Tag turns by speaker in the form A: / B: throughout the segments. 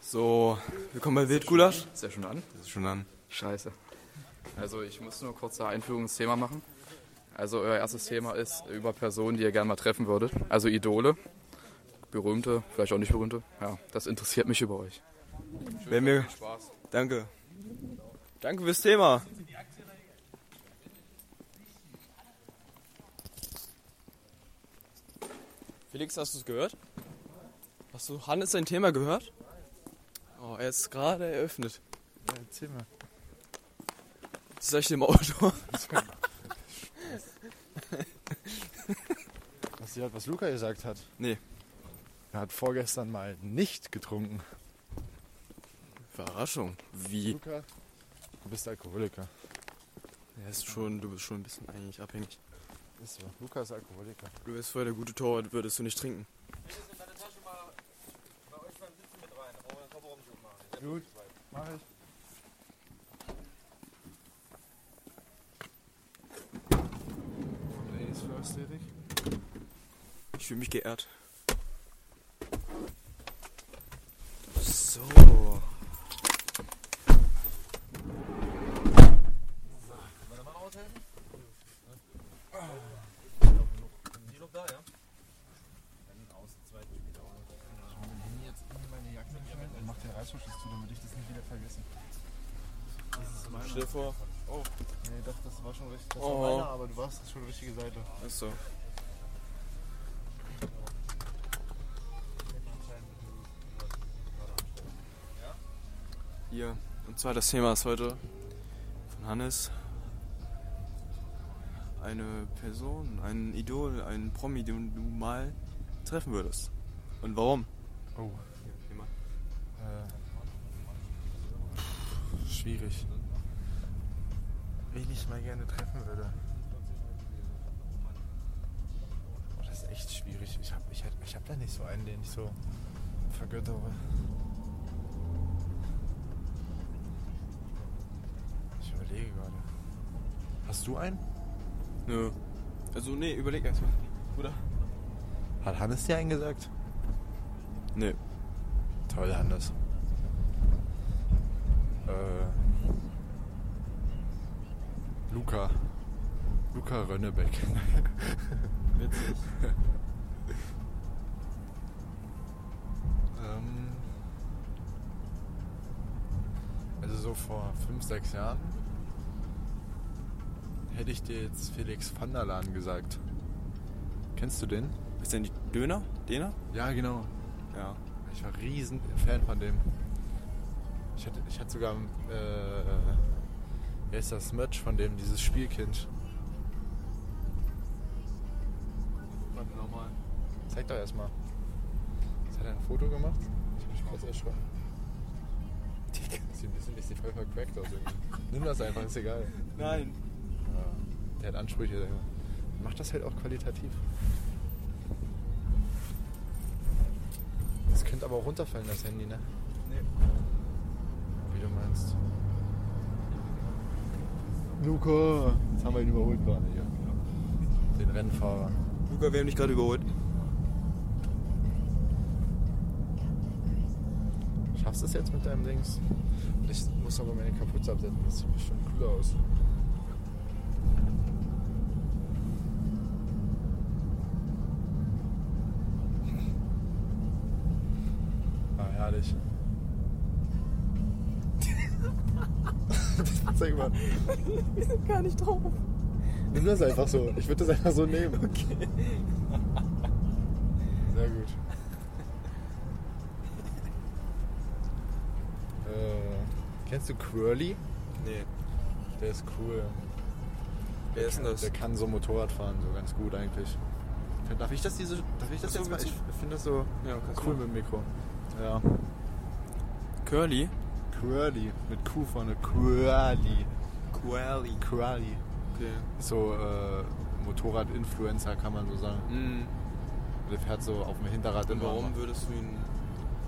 A: So, willkommen bei Wildgulasch.
B: Ist der schon an?
A: Das ist schon an.
B: Scheiße. Also ich muss nur kurz ein Einführungsthema machen. Also euer erstes Thema ist über Personen, die ihr gerne mal treffen würdet. Also Idole. Berühmte, vielleicht auch nicht berühmte. Ja, das interessiert mich über euch.
A: Wenn wir,
B: Spaß.
A: danke. Danke fürs Thema. Felix, hast du es gehört? Hast du Hannes sein Thema gehört? Oh, er ist gerade eröffnet.
C: Erzähl mal.
A: Das ist echt im Auto.
C: Hast du gehört, was Luca gesagt hat?
A: Nee.
C: Er hat vorgestern mal nicht getrunken.
A: Überraschung. Wie?
C: Luca, du bist Alkoholiker.
A: Er ist schon, du bist schon ein bisschen eigentlich abhängig.
C: Ist so. Luca ist Alkoholiker.
A: Du wärst voll der gute Torwart, würdest du nicht trinken.
C: Gut, mach ich.
A: Ladies first, Erik. Ich fühle mich geehrt. So.
C: Macht der Reißverschluss zu, damit ich das nicht wieder vergesse. Das ist meine.
A: Stell dir vor.
C: Nee, doch, das war schon richtig. Das
A: Oh.
C: war meine, aber du warst schon richtige Seite.
A: Achso. Hier. Und zwar das Thema ist heute von Hannes. Eine Person, ein Idol, ein Promi, den du mal treffen würdest. Und warum?
C: Oh. Äh,
A: Schwierig.
C: wen ich mal gerne treffen würde. Oh, das ist echt schwierig. Ich habe ich hab, ich hab da nicht so einen, den ich so vergöttere. Ich überlege gerade. Hast du einen?
A: Nö. Also, nee, überleg erstmal. Oder?
C: Hat Hannes dir einen gesagt?
A: Nee.
C: Toll, Hannes. Äh, Luca. Luca Rönnebeck.
A: Witzig.
C: ähm, also so vor fünf, sechs Jahren hätte ich dir jetzt Felix van der Laan gesagt. Kennst du den?
A: Ist denn die Döner? Döner?
C: Ja, genau.
A: Ja.
C: Ich war riesen Fan von dem. Ich hatte, ich hatte sogar, äh, wer ist das Merch von dem, dieses Spielkind?
A: Warte nochmal.
C: Zeig doch erstmal. Jetzt hat er ein Foto gemacht. Ich hab mich kurz erschrocken. Sieht ein bisschen wie voll verquackt aus irgendwie. Nimm das einfach, ist egal.
A: Nein.
C: Ja, der hat Ansprüche. Der macht das halt auch qualitativ. Das könnte aber auch runterfallen, das Handy, ne? Nee. Wie du meinst. Luca! Jetzt haben wir ihn überholt gerade hier. Den Rennfahrer.
A: Luca, wir haben dich gerade überholt.
C: Schaffst du es jetzt mit deinem Dings? Ich muss aber meine Kapuze absetzen, das sieht bestimmt cool aus. Ah, herrlich. Zeig mal.
A: Wir sind gar nicht drauf.
C: Nimm das einfach so. Ich würde das einfach so nehmen. Okay. Sehr gut. Äh, kennst du Quirly?
A: Nee.
C: Der ist cool.
A: Wer ist denn das?
C: Der kann so Motorrad fahren, so ganz gut eigentlich. Darf ich das, diese, darf ich das
A: Ach so,
C: jetzt mal?
A: willst
C: Ich
A: du?
C: finde das so
A: Ja, kannst
C: cool
A: du
C: mit dem Mikro. Ja.
A: machen. Curly?
C: Quirly. Mit Q vorne. Quirly.
A: Curly.
C: Quirly.
A: Okay.
C: So äh, Motorrad-Influencer kann man so sagen.
A: Mhm.
C: Der fährt so auf dem Hinterrad
A: Und
C: immer.
A: warum würdest du ihn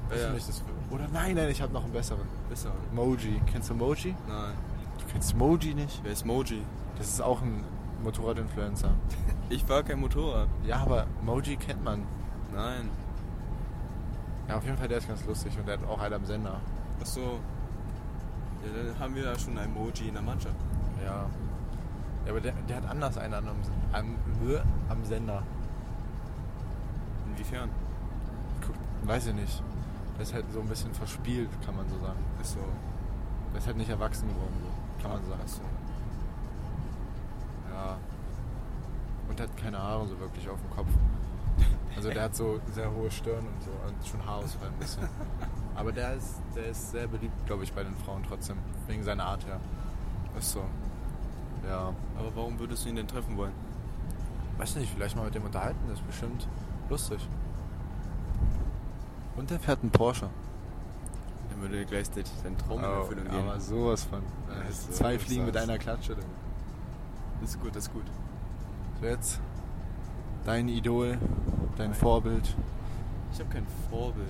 C: Weiß ich
A: Ja.
C: nicht, das Oder nein, nein, ich habe noch einen besseren.
A: besser?
C: Moji. Kennst du Moji?
A: Nein.
C: Du kennst Moji nicht?
A: Wer ist Moji?
C: Das ist auch ein Motorradinfluencer.
A: Ich war kein Motorrad.
C: Ja, aber Moji kennt man.
A: Nein.
B: Ja.
C: Auf jeden Fall, der ist ganz lustig und der hat auch einen am Sender.
A: Achso. Ja, dann haben wir ja schon ein Emoji in der Mannschaft.
C: Ja. Ja, aber der, der hat anders einen am, am, äh, am Sender.
A: Inwiefern?
C: Guck, Weiß ich nicht. Der ist halt so ein bisschen verspielt, kann man so sagen.
A: Achso.
C: Der ist halt nicht erwachsen geworden, so, kann man sagen.
A: Achso.
C: Ja. Und hat keine Haare so wirklich auf dem Kopf. Also der hat so sehr hohe Stirn und so und schon Haarausfall ein bisschen. Aber der ist, der ist sehr beliebt, glaube ich, bei den Frauen trotzdem. Wegen seiner Art her.
A: Achso.
C: Ja.
A: Aber warum würdest du ihn denn treffen wollen?
C: Weiß nicht, vielleicht mal mit dem unterhalten, das ist bestimmt lustig. Und der fährt einen Porsche.
A: Dann würde dir gleich de- dein Traum in
C: Oh,
A: Erfüllung
C: aber
A: gehen.
C: sowas von.
A: Ja,
C: Äh,
A: so
C: Zwei
A: ist
C: Fliegen mit
A: das.
C: einer Klatsche. Junge.
A: Das ist gut, das ist gut.
C: So jetzt dein Idol, dein
A: Nein.
C: Vorbild,
A: Ich habe kein Vorbild.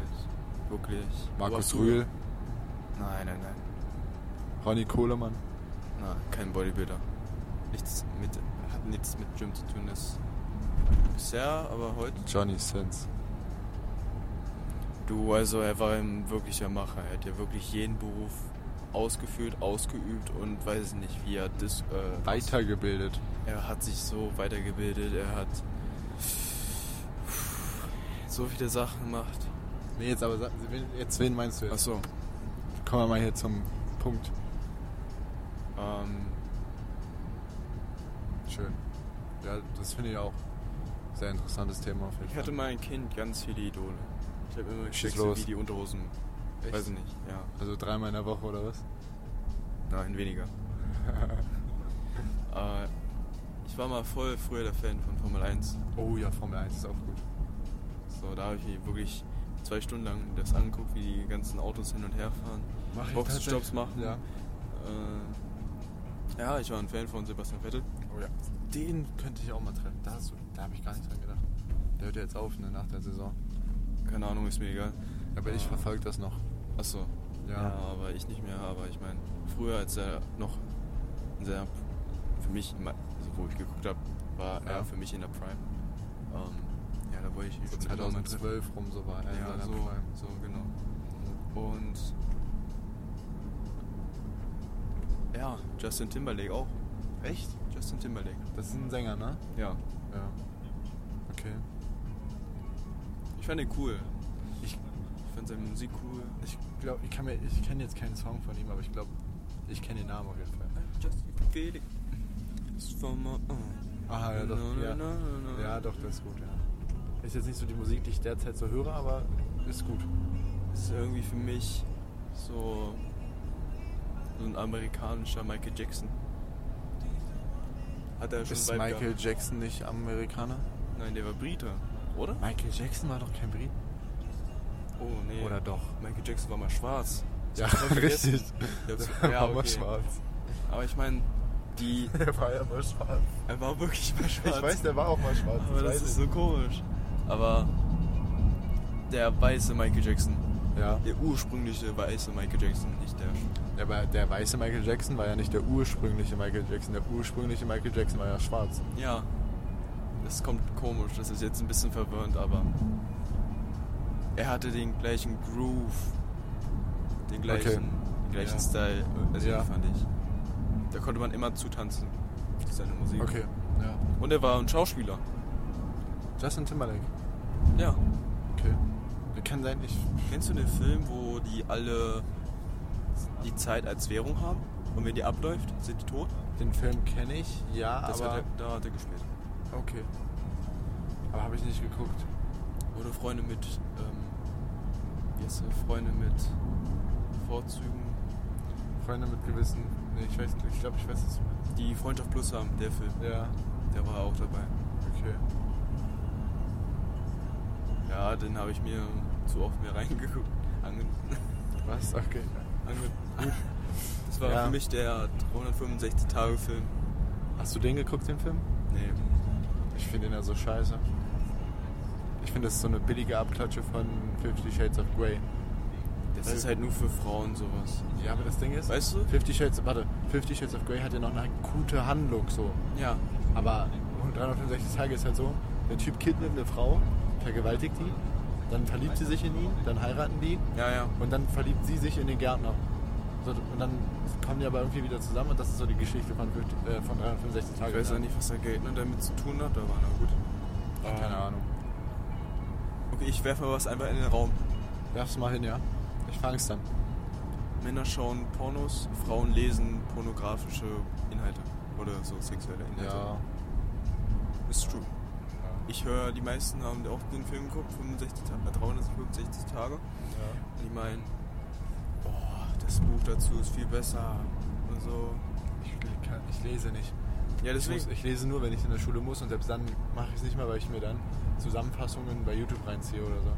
A: Wirklich.
C: Markus
A: Aber früher-
C: Rühl,
A: Nein, nein, nein.
C: Ronny Kohlemann.
A: Na, kein Bodybuilder. Nichts mit, hat nichts mit Gym zu tun. Ist bisher, aber heute.
C: Johnny Sins.
A: Du, also er war ein wirklicher Macher. Er hat ja wirklich jeden Beruf ausgeführt, ausgeübt und weiß nicht, wie er das. Äh,
C: Weitergebildet.
A: Er hat sich so weitergebildet. Er hat so viele Sachen gemacht.
C: Nee, jetzt aber sag- wen- jetzt wen meinst du jetzt?
A: Achso.
C: Kommen wir mal hier zum Punkt.
A: Ähm,
C: Schön. Ja, das finde ich auch. Sehr interessantes Thema auf jeden
A: ich hatte mal ein Kind ganz viele Idole. Ich habe immer
C: Schieß
A: gewechselt
C: los.
A: wie die Unterhosen.
C: Echt?
A: Weiß ich nicht, ja.
C: Also dreimal in der Woche oder was?
A: Nein, weniger. äh, ich war mal voll früher der Fan von Formel 1.
C: Oh ja, Formel 1 ist auch gut.
A: So, da habe ich mir wirklich zwei Stunden lang das angeguckt, wie die ganzen Autos hin und her fahren.
C: Mach ich
A: Boxenstops
C: tatsächlich.
A: machen.
C: Ja.
A: Äh, ja, ich war ein Fan von Sebastian Vettel.
C: Oh ja. Den könnte ich auch mal treffen. Da, hast du- da habe ich gar nicht dran gedacht. Der hört ja jetzt auf ne, nach der Saison.
A: Keine Ahnung, ist mir egal.
C: Aber ich
A: Ah.
C: verfolge das noch.
A: Achso.
C: Ja.
A: aber ich nicht mehr. Aber ich meine, früher, als er noch in seiner, für mich, immer- also wo ich geguckt habe, war
C: Ja.
A: er für mich in der Prime. Ähm, ja, da wollte ich ihn
C: So
A: schon immer mal treffen.
C: 2012 rum so war er in
A: Ja,
C: seiner
A: so,
C: Prime.
A: so, genau. Und ja, Justin Timberlake auch.
C: Echt?
A: Justin Timberlake.
C: Das ist ein Sänger, ne?
A: Ja.
C: Ja. Okay.
A: Ich fand ihn cool.
C: Ich-
A: ich fand seine Musik cool.
C: Ich glaube, ich kann mir, ich kenne jetzt keinen Song von ihm, aber ich glaube, ich kenne den Namen auf jeden Fall.
A: Justin Timberlake. It's for my own.
C: Aha, ja, doch.
A: No, no,
C: ja.
A: no, no, no.
C: ja, doch, das ist gut, ja. Ist jetzt nicht so die Musik, die ich derzeit so höre, aber ist gut.
A: ist irgendwie für mich so, so ein amerikanischer Michael Jackson. Hat er schon
C: Ist
A: Vibe
C: Michael
A: gehabt?
C: Jackson nicht Amerikaner?
A: Nein, der war Brite, oder?
C: Michael Jackson war doch kein Brit.
A: Oh nee.
C: Oder doch?
A: Michael Jackson war mal schwarz.
C: Ja,
A: hab ich vergessen.
C: richtig.
A: Ich hab's-
C: Der
A: ja,
C: war immer
A: okay.
C: schwarz.
A: Aber ich meine, die.
C: Der war ja immer schwarz.
A: Er war wirklich mal schwarz.
C: Ich weiß, der war auch mal schwarz.
A: Aber das
C: weiß
A: ist so komisch. Aber der weiße Michael Jackson.
C: ich. Ja.
A: Der ursprüngliche weiße Michael Jackson, nicht der.
C: Ja, aber der weiße Michael Jackson war ja nicht der ursprüngliche Michael Jackson. Der ursprüngliche Michael Jackson war ja schwarz.
A: Ja. Das kommt komisch, das ist jetzt ein bisschen verwirrend, aber. Er hatte den gleichen Groove. Den gleichen, den gleichen
C: Ja.
A: Style. Also
C: Ja.
A: fand ich. Da konnte man immer zutanzen. Seine Musik.
C: Okay. Ja.
A: Und er war ein Schauspieler.
C: Justin Timberlake.
A: Ja.
C: Okay. Der kann sein, ich.
A: Kennst du den Film, wo die alle die Zeit als Währung haben? Und wenn die abläuft, sind die tot?
C: Den Film kenne ich, ja,
A: Das
C: aber.
A: hat er, da hat er gespielt.
C: Okay. Aber habe ich nicht geguckt.
A: Oder Freunde mit, ähm, wie heißt der? Freunde mit Vorzügen,
C: Freunde mit gewissen. Nee, ich weiß nicht. Ich glaube, ich weiß es.
A: die Freundschaft Plus haben, der Film,
C: Ja.
A: der war auch dabei.
C: Okay.
A: Ja, den habe ich mir zu oft mehr reingeguckt. Ange
C: Was? Okay.
A: ange das war
C: Ja.
A: für mich der 365-Tage-Film.
C: Hast du den geguckt, den Film?
A: Nee.
C: Ich finde ihn ja so scheiße. Ich finde, das ist so eine billige Abklatsche von Fifty Shades of Grey.
A: Das
C: Weißt
A: ist
C: du-
A: halt nur für Frauen sowas.
C: Ja, aber das Ding ist.
A: Weißt du?
C: Fifty Shades, warte, Fifty Shades of Grey hat ja noch eine gute Handlung so.
A: Ja.
C: Aber 365 Tage ist halt so, der Typ kidnappt eine Frau, vergewaltigt die, Dann verliebt sie sich in ihn, dann heiraten die
A: Ja, ja.
C: und dann verliebt sie sich in den Gärtner. So, und dann kommen die aber irgendwie wieder zusammen und das ist so die Geschichte von, äh, von 365 Tagen.
A: Ich weiß ja nicht, was der Geldner damit zu tun hat, aber na gut.
C: Keine Ahnung.
A: Okay, ich werfe mal was einfach in den Raum.
C: Werf's mal hin, ja? Ich fang's dann.
A: Männer schauen Pornos, Frauen lesen pornografische Inhalte. Oder so sexuelle Inhalte. Ist true. Ich höre, die meisten haben auch den Film geguckt, 65 Ta- äh, 365 Tage.
C: ja.
A: Und die meinen, boah, das Buch dazu ist viel besser. Und so.
C: Ich, kann, ich lese nicht.
A: Ja,
C: Ich,
A: deswegen.
C: muss, ich lese nur, wenn ich in der Schule muss und selbst dann mache ich es nicht mehr, weil ich mir dann Zusammenfassungen bei YouTube reinziehe oder so.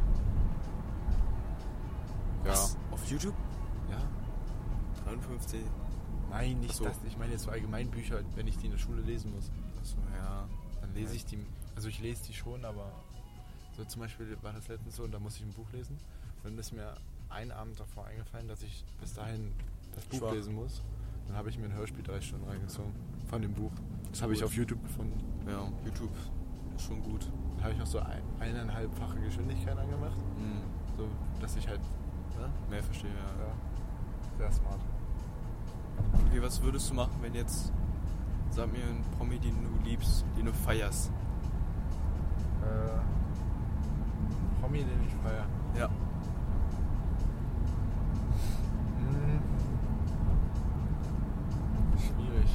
C: Ja.
A: Was? Auf YouTube?
C: Ja.
A: 53.
C: Nein, nicht
A: Ach so.
C: das. Ich meine jetzt so Allgemeinbücher, wenn ich die in der Schule lesen muss.
A: Achso, ja.
C: Dann lese ich die, also ich lese die schon, aber so zum Beispiel war das letztens so und da musste ich ein Buch lesen. Und dann ist mir ein Abend davor eingefallen, dass ich bis dahin das Buch
A: Schwach.
C: lesen muss. Dann habe ich mir ein Hörspiel drei Stunden reingezogen von dem Buch. Das habe ich
A: Gut.
C: auf YouTube gefunden.
A: Ja, YouTube ist schon gut.
C: Dann habe ich noch so ein, eineinhalbfache Geschwindigkeit angemacht,
A: Mhm.
C: so dass ich halt, ne?
A: Mehr verstehe, ja.
C: Ja, sehr smart.
A: Okay, was würdest du machen, wenn jetzt, sag mir, ein Promi, den du liebst, den du feierst?
C: Äh, Promi, den ich feier.
A: Ja.
C: Hm. Schwierig.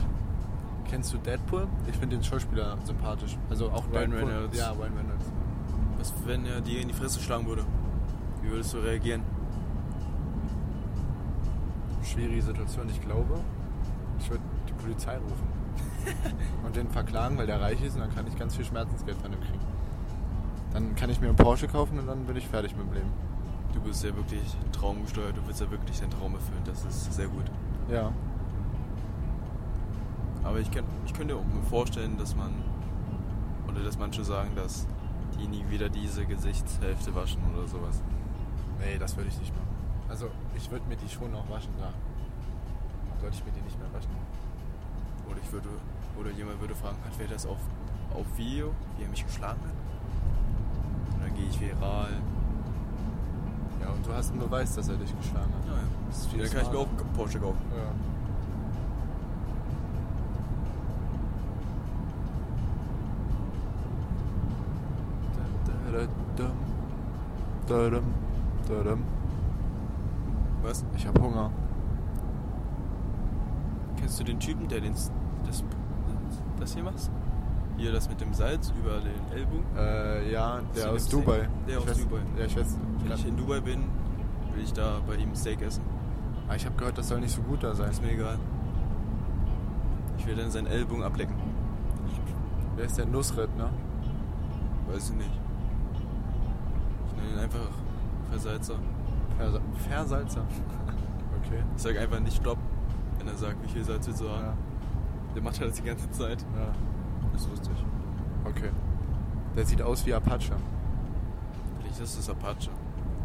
C: Kennst du Deadpool? Ich finde den Schauspieler sympathisch. Also auch
A: Ryan
C: Deadpool.
A: Reynolds.
C: Ja, Ryan Reynolds.
A: Was, wenn er dir in die Fresse schlagen würde? Wie würdest du reagieren?
C: Schwierige Situation. Ich glaube, ich würde die Polizei rufen. und den verklagen, weil der reich ist und dann kann ich ganz viel Schmerzensgeld von dem kriegen. Dann kann ich mir einen Porsche kaufen und dann bin ich fertig mit dem Leben.
A: Du bist ja wirklich traumgesteuert, du willst ja wirklich deinen Traum erfüllen, das ist sehr gut.
C: Ja.
A: Aber ich, kann, ich könnte auch mir vorstellen, dass man, oder dass manche sagen, dass die nie wieder diese Gesichtshälfte waschen oder sowas.
C: Nee, das würde ich nicht machen. Also ich würde mir die schon noch waschen, ja. Sollte ich mir die nicht mehr waschen?
A: Oder ich würde, oder jemand würde fragen, hat wer das auf, auf Video, wie er mich geschlagen hat? Und dann gehe ich viral.
C: Ja, und du hast einen Beweis, dass er dich geschlagen hat.
A: Naja,
C: Das ist viel
A: dann kann ich mir
C: smarter.
A: auch Porsche kaufen.
C: Ja.
A: Was?
C: Ich hab Hunger.
A: Kennst du den Typen, der den, das, das hier macht? Hier das mit dem Salz über den Ellbogen?
C: Äh, ja,
A: Hast
C: der
A: du
C: aus
A: den gesehen?
C: Dubai.
A: Der
C: Ich
A: aus
C: weiß-
A: Dubai.
C: Ja, ich weiß.
A: Wenn ich in Dubai bin, will ich da bei ihm Steak essen.
C: Ah, ich habe gehört, das soll nicht so gut da sein.
A: Ist mir egal. Ich will dann seinen Ellbogen ablecken.
C: Wer ist der Nusret, ne?
A: Weiß ich nicht. Ich nenne ihn einfach Versalzer.
C: Versa Versalzer. okay.
A: Ich sag einfach nicht Stopp, wenn er sagt, wie viel Salz willst du haben.
C: Ja.
A: Der macht halt das die ganze Zeit.
C: ja.
A: Das ist lustig.
C: Okay. Der sieht aus wie Apache.
A: Vielleicht ist es Apache.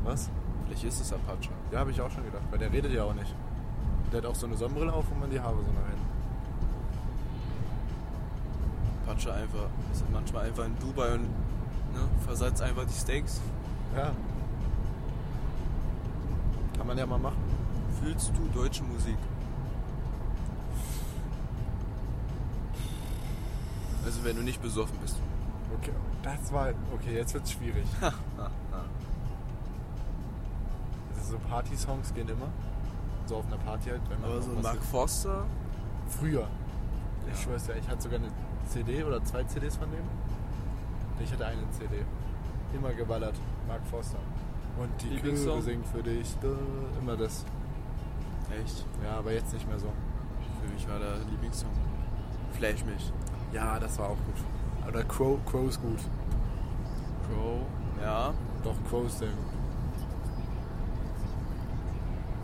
C: Was?
A: Vielleicht ist es Apache.
C: Ja, habe ich auch schon gedacht, weil der redet ja auch nicht. Der hat auch so eine Sonnenbrille auf, wo man die Haare so nach hinten.
A: Apache einfach ist manchmal einfach in Dubai und ne, versalzt einfach die Steaks.
C: Ja. Kann man ja mal machen.
A: Fühlst du deutsche Musik? Also wenn du nicht besoffen bist.
C: Okay, das war. Okay, jetzt wird's schwierig. Also so Party-Songs gehen immer. So auf einer Party halt, wenn man.
A: Aber so
C: was-
A: Mark Forster?
C: Früher.
A: Ja.
C: Ich schwör's ja, ich hatte sogar eine CD oder zwei CDs von dem. Nee, Ich hatte eine CD. Immer geballert. Mark Forster. Und die
A: Lieblingssong?
C: Kühe singt für dich. Äh, Immer das.
A: Echt?
C: Ja, aber jetzt nicht mehr so.
A: Für mich war der Lieblingssong Flash mich.
C: Ja, das war auch gut. Oder Crow, Crow ist gut.
A: Crow? Ja.
C: Doch, Crow ist sehr gut.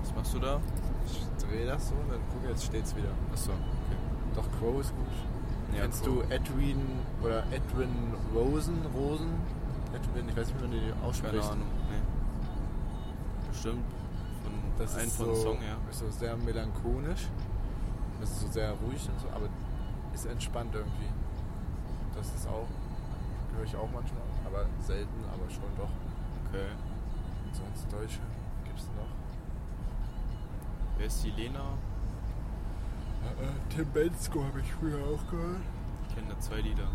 A: Was machst du da?
C: Ich drehe das so, dann gucke, jetzt steht's wieder.
A: Achso.
C: Doch, Crow ist gut.
A: Ja,
C: Kennst
A: Crow.
C: du Edwin oder Edwin Rosen? Rosen? Edwin, ich weiß nicht, wie man die ausspricht.
A: Keine Ahnung. Nee. Bestimmt. Von
C: Das
A: ein
C: ist
A: von
C: so,
A: Song, ja.
C: ist so sehr melancholisch. Das ist so sehr ruhig und so, aber ist entspannt irgendwie. Das ist auch, höre ich auch manchmal, aber selten, aber schon doch.
A: Okay.
C: Und sonst Deutsche gibt's noch.
A: Wer ist die Lena?
C: Äh, äh, Tim Bensko habe ich früher auch gehört.
A: Ich kenne da zwei Lieder.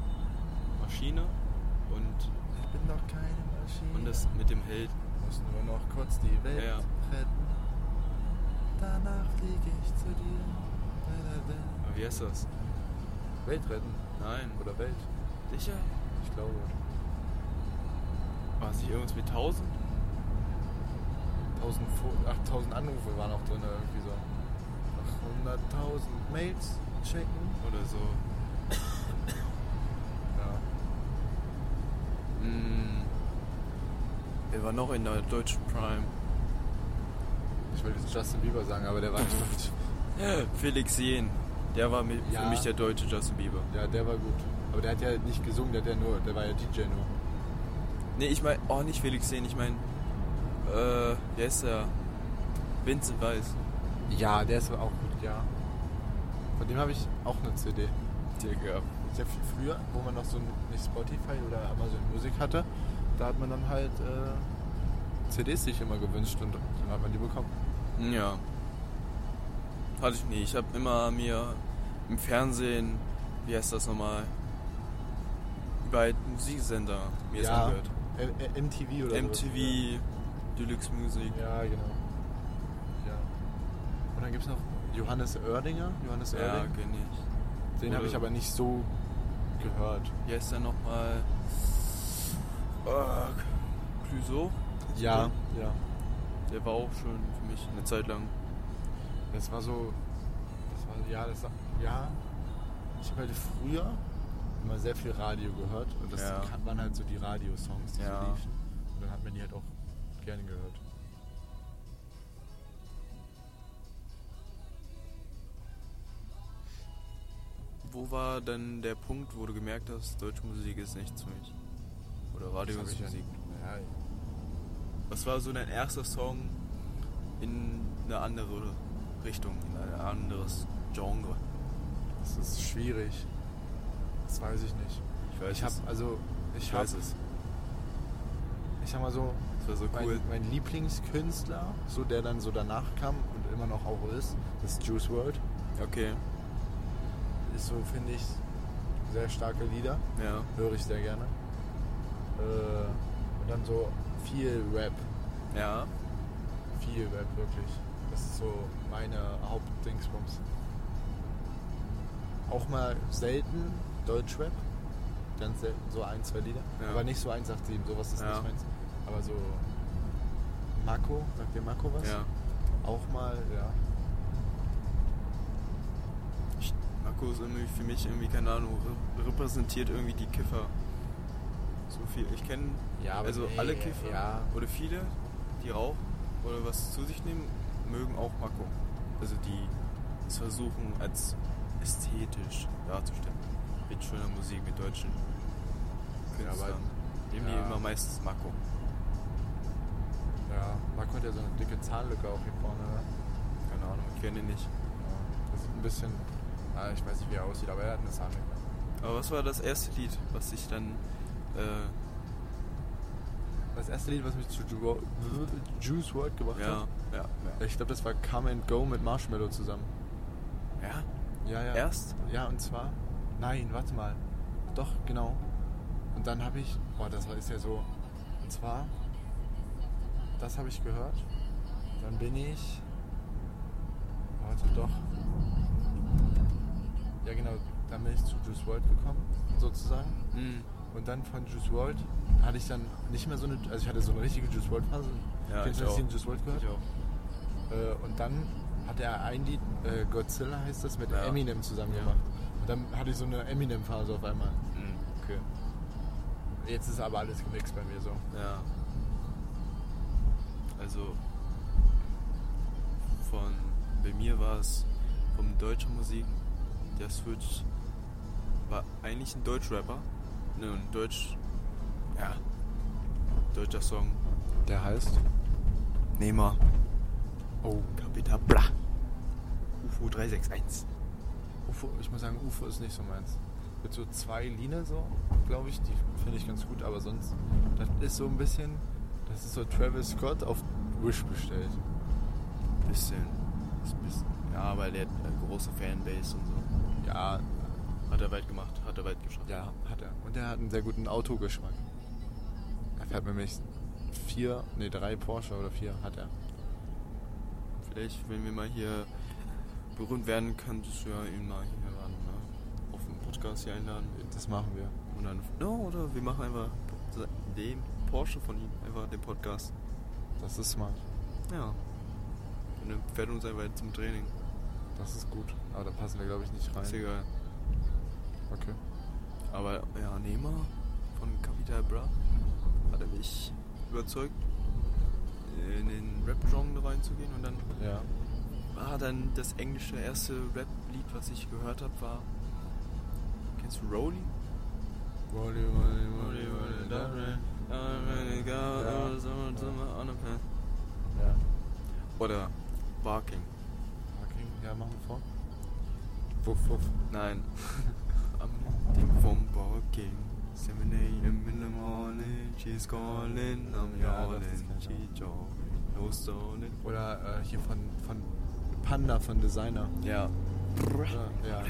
A: Maschine und,
C: Ich bin doch keine Maschine.
A: und das mit dem Held.
C: muss nur noch kurz die Welt
A: Ja, ja.
C: retten. Danach fliege ich zu dir. Da, da, da.
A: Aber Wie heißt das?
C: Welt retten.
A: Nein.
C: Oder Welt.
A: sicher?
C: Ich glaube.
A: War es nicht irgendwas mit 1000?
C: 1000 Fo- 8000 Anrufe waren auch drin, irgendwie so. 800.000 Mails checken.
A: Oder so.
C: Ja.
A: Mm. Wer war noch in der deutschen Prime?
C: Ich wollte jetzt Justin Bieber sagen, aber der war nicht gut.
A: Felix Jähn. Der war mi-
C: Ja.
A: für mich der deutsche Justin Bieber.
C: Ja, der war gut. Aber der hat ja nicht gesungen, der hat ja nur, der war ja DJ nur.
A: Nee, ich meine, oh, nicht Felix Jähn, ich meine, äh, wer ist der? Vincent Weiss.
C: Ja, der ist auch gut, ja. Von dem habe ich auch eine CD.
A: Digga.
C: Ich habe früher, wo man noch so nicht Spotify oder Amazon Music hatte, da hat man dann halt äh, CDs sich immer gewünscht und dann hat man die bekommen.
A: Ja. Hatte ich nie. Ich habe immer mir im Fernsehen, wie heißt das nochmal, über einen Musiksender mir das angehört.
C: M- M- MTV oder so.
A: MTV, Deluxe Music.
C: Ja, genau. Ja. Und dann gibt es noch Johannes Oerdinger. Johannes
A: Ja,
C: Oerding.
A: kenn ich.
C: Den habe ich aber nicht so gehört.
A: Wie heißt der nochmal? Ah, Clouseau?
C: Ja, ja.
A: Der war auch schön für mich eine Zeit lang.
C: Das war so. Das war, ja, das war, ja. Ich habe halt früher immer sehr viel Radio gehört und das
A: Ja.
C: ka- waren halt so die Radiosongs, die so
A: Ja.
C: liefen. Und dann hat man die halt auch gerne gehört.
A: Wo war denn der Punkt, wo du gemerkt hast, deutsche Musik ist nichts für mich? Oder Radio
C: Das hab
A: ist
C: ich ja-
A: Musik?
C: Ja,
A: Was war so dein erster Song in eine andere Richtung, in ein anderes Genre?
C: das ist schwierig. Das weiß ich nicht. ich habe
A: es.
C: also ich
A: Ich
C: habe
A: weiß es.
C: ich sag mal so
A: Das war also so cool.
C: mein, mein Lieblingskünstler, so der dann so danach kam und immer noch auch ist, ist Juice World.
A: Okay,
C: Ist so finde ich sehr starke Lieder.
A: ja.
C: höre ich sehr gerne. Äh, und dann so viel Rap,
A: Ja,
C: viel Rap wirklich. Das ist so meine Hauptdingsbums. Auch mal selten Deutschrap, ganz selten, so ein, zwei Lieder.
A: Ja.
C: Aber nicht so 187, sowas ist
A: Ja.
C: nicht meins. Aber so Mako, sagt dir Mako was?
A: ja.
C: Auch mal, ja.
A: Ich, Marco ist irgendwie für mich irgendwie, keine Ahnung, re repräsentiert irgendwie die Kiffer. So viel. Ich kenne
C: Ja, aber
A: also
C: nee,
A: alle Kiffer
C: ja.
A: oder viele, die rauchen oder was zu sich nehmen, mögen auch Marco. Also die es versuchen als ästhetisch darzustellen. Mit schöner Musik, mit deutschen
C: Ja, aber-
A: Künstlern. Nehmen
C: ja.
A: die immer meistens Marco.
C: ja. Mako hat ja so eine dicke Zahnlücke auch hier vorne. Ne?
A: Keine Ahnung, ich kenne ihn nicht.
C: Ja. Das sieht ein bisschen, ah, ich weiß nicht wie er aussieht, aber er hat eine Zahnlücke.
A: Aber was war das erste Lied, was ich dann äh,
C: Das erste Lied, was mich zu Ju- Wo- Juice WRLD gebracht
A: ja, ja,
C: hat,
A: ja.
C: ich glaube, das war Come and Go mit Marshmallow zusammen.
A: Ja?
C: Ja, ja.
A: Erst?
C: Ja, und zwar. Nein, warte mal. Doch, genau. Und dann habe ich. Boah, das ist ja so. Und zwar. Das habe ich gehört. Dann bin ich. Warte, doch. Ja, genau. Dann bin ich zu Juice WRLD gekommen, sozusagen.
A: Mm.
C: Und dann von Juice WRLD hatte ich dann nicht mehr so eine, also ich hatte so eine richtige Juice WRLD Phase.
A: Ja,
C: Kennst du,
A: ich
C: dass
A: auch.
C: den Juice WRLD gehört?
A: Ich auch.
C: Äh, und dann hat er ein Lied, äh, Godzilla heißt das, mit
A: Ja.
C: Eminem zusammen
A: Ja.
C: gemacht. Und dann hatte ich so eine Eminem Phase auf einmal.
A: Mm.
C: Okay. Jetzt ist aber alles gemixt bei mir so.
A: Ja. Also von bei mir war es vom deutscher Musik der Switch war eigentlich ein Deutschrapper, ne, ein Deutsch ja deutscher Song.
C: Der heißt?
A: Nehmer
C: Oh.
A: Kapital Bra UFO 361.
C: UFO, ich muss sagen, UFO ist nicht so meins. Mit so zwei Lieder so, glaube ich, die finde ich ganz gut, aber sonst, das ist so ein bisschen, das Das ist so Travis Scott auf Wish bestellt.
A: Bisschen. Ist ein bisschen. Ja, weil der hat eine große Fanbase und so.
C: Ja,
A: Hat er weit gemacht, hat er weit geschafft.
C: ja, hat er. Und er hat einen sehr guten Autogeschmack. Er fährt nämlich vier, nee, drei Porsche oder vier hat er.
A: Vielleicht, wenn wir mal hier berühmt werden, könntest du ja ihn mal hier ran, ne? auf den Podcast hier einladen.
C: Das machen wir.
A: Und dann, no, oder wir machen einfach den Porsche von ihm, einfach den Podcast.
C: Das ist smart.
A: Ja. Und dann fährt er uns einfach zum Training.
C: Das ist gut. Aber da passen wir, glaube ich, nicht
A: Ist
C: rein.
A: egal.
C: Okay.
A: Aber ja, Nehmer von Capital Bra hat er mich überzeugt, in den Rap-Genre reinzugehen. Und dann
C: Ja.
A: war Ah, dann das englische erste Rap-Lied, was ich gehört habe, war. Kennst du Rolly?
C: Ja.
A: Oder Barking.
C: Okay, ja, machen wir vor. Wuff, wuff. Ähm,
A: Nein. Am Ding vom Barking. 7 a.m. in the morning, she's calling, I'm
C: Ja, das
A: yawning,
C: ist kein
A: she jogging, no stalling.
C: Oder äh, hier von, von Panda von Designer.
A: Ja.
C: Oder, ja.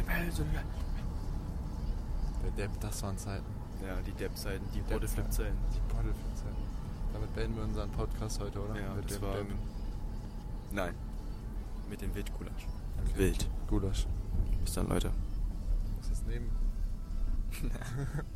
C: Der Depp, das waren Zeiten.
A: Ja, die Depp-Seiten, die
C: Depp-Seiten.
A: Bodyflip-Seiten.
C: Die Poddelfilmzeiten. halt- Damit beenden wir unseren Podcast heute, oder?
A: Ja,
C: Mit
A: das
C: dem
A: war.
C: Depp.
A: Nein. Mit dem Wildgulasch.
C: Okay.
A: Wild.
C: Gulasch.
A: Bis dann, Leute.
C: Ist das neben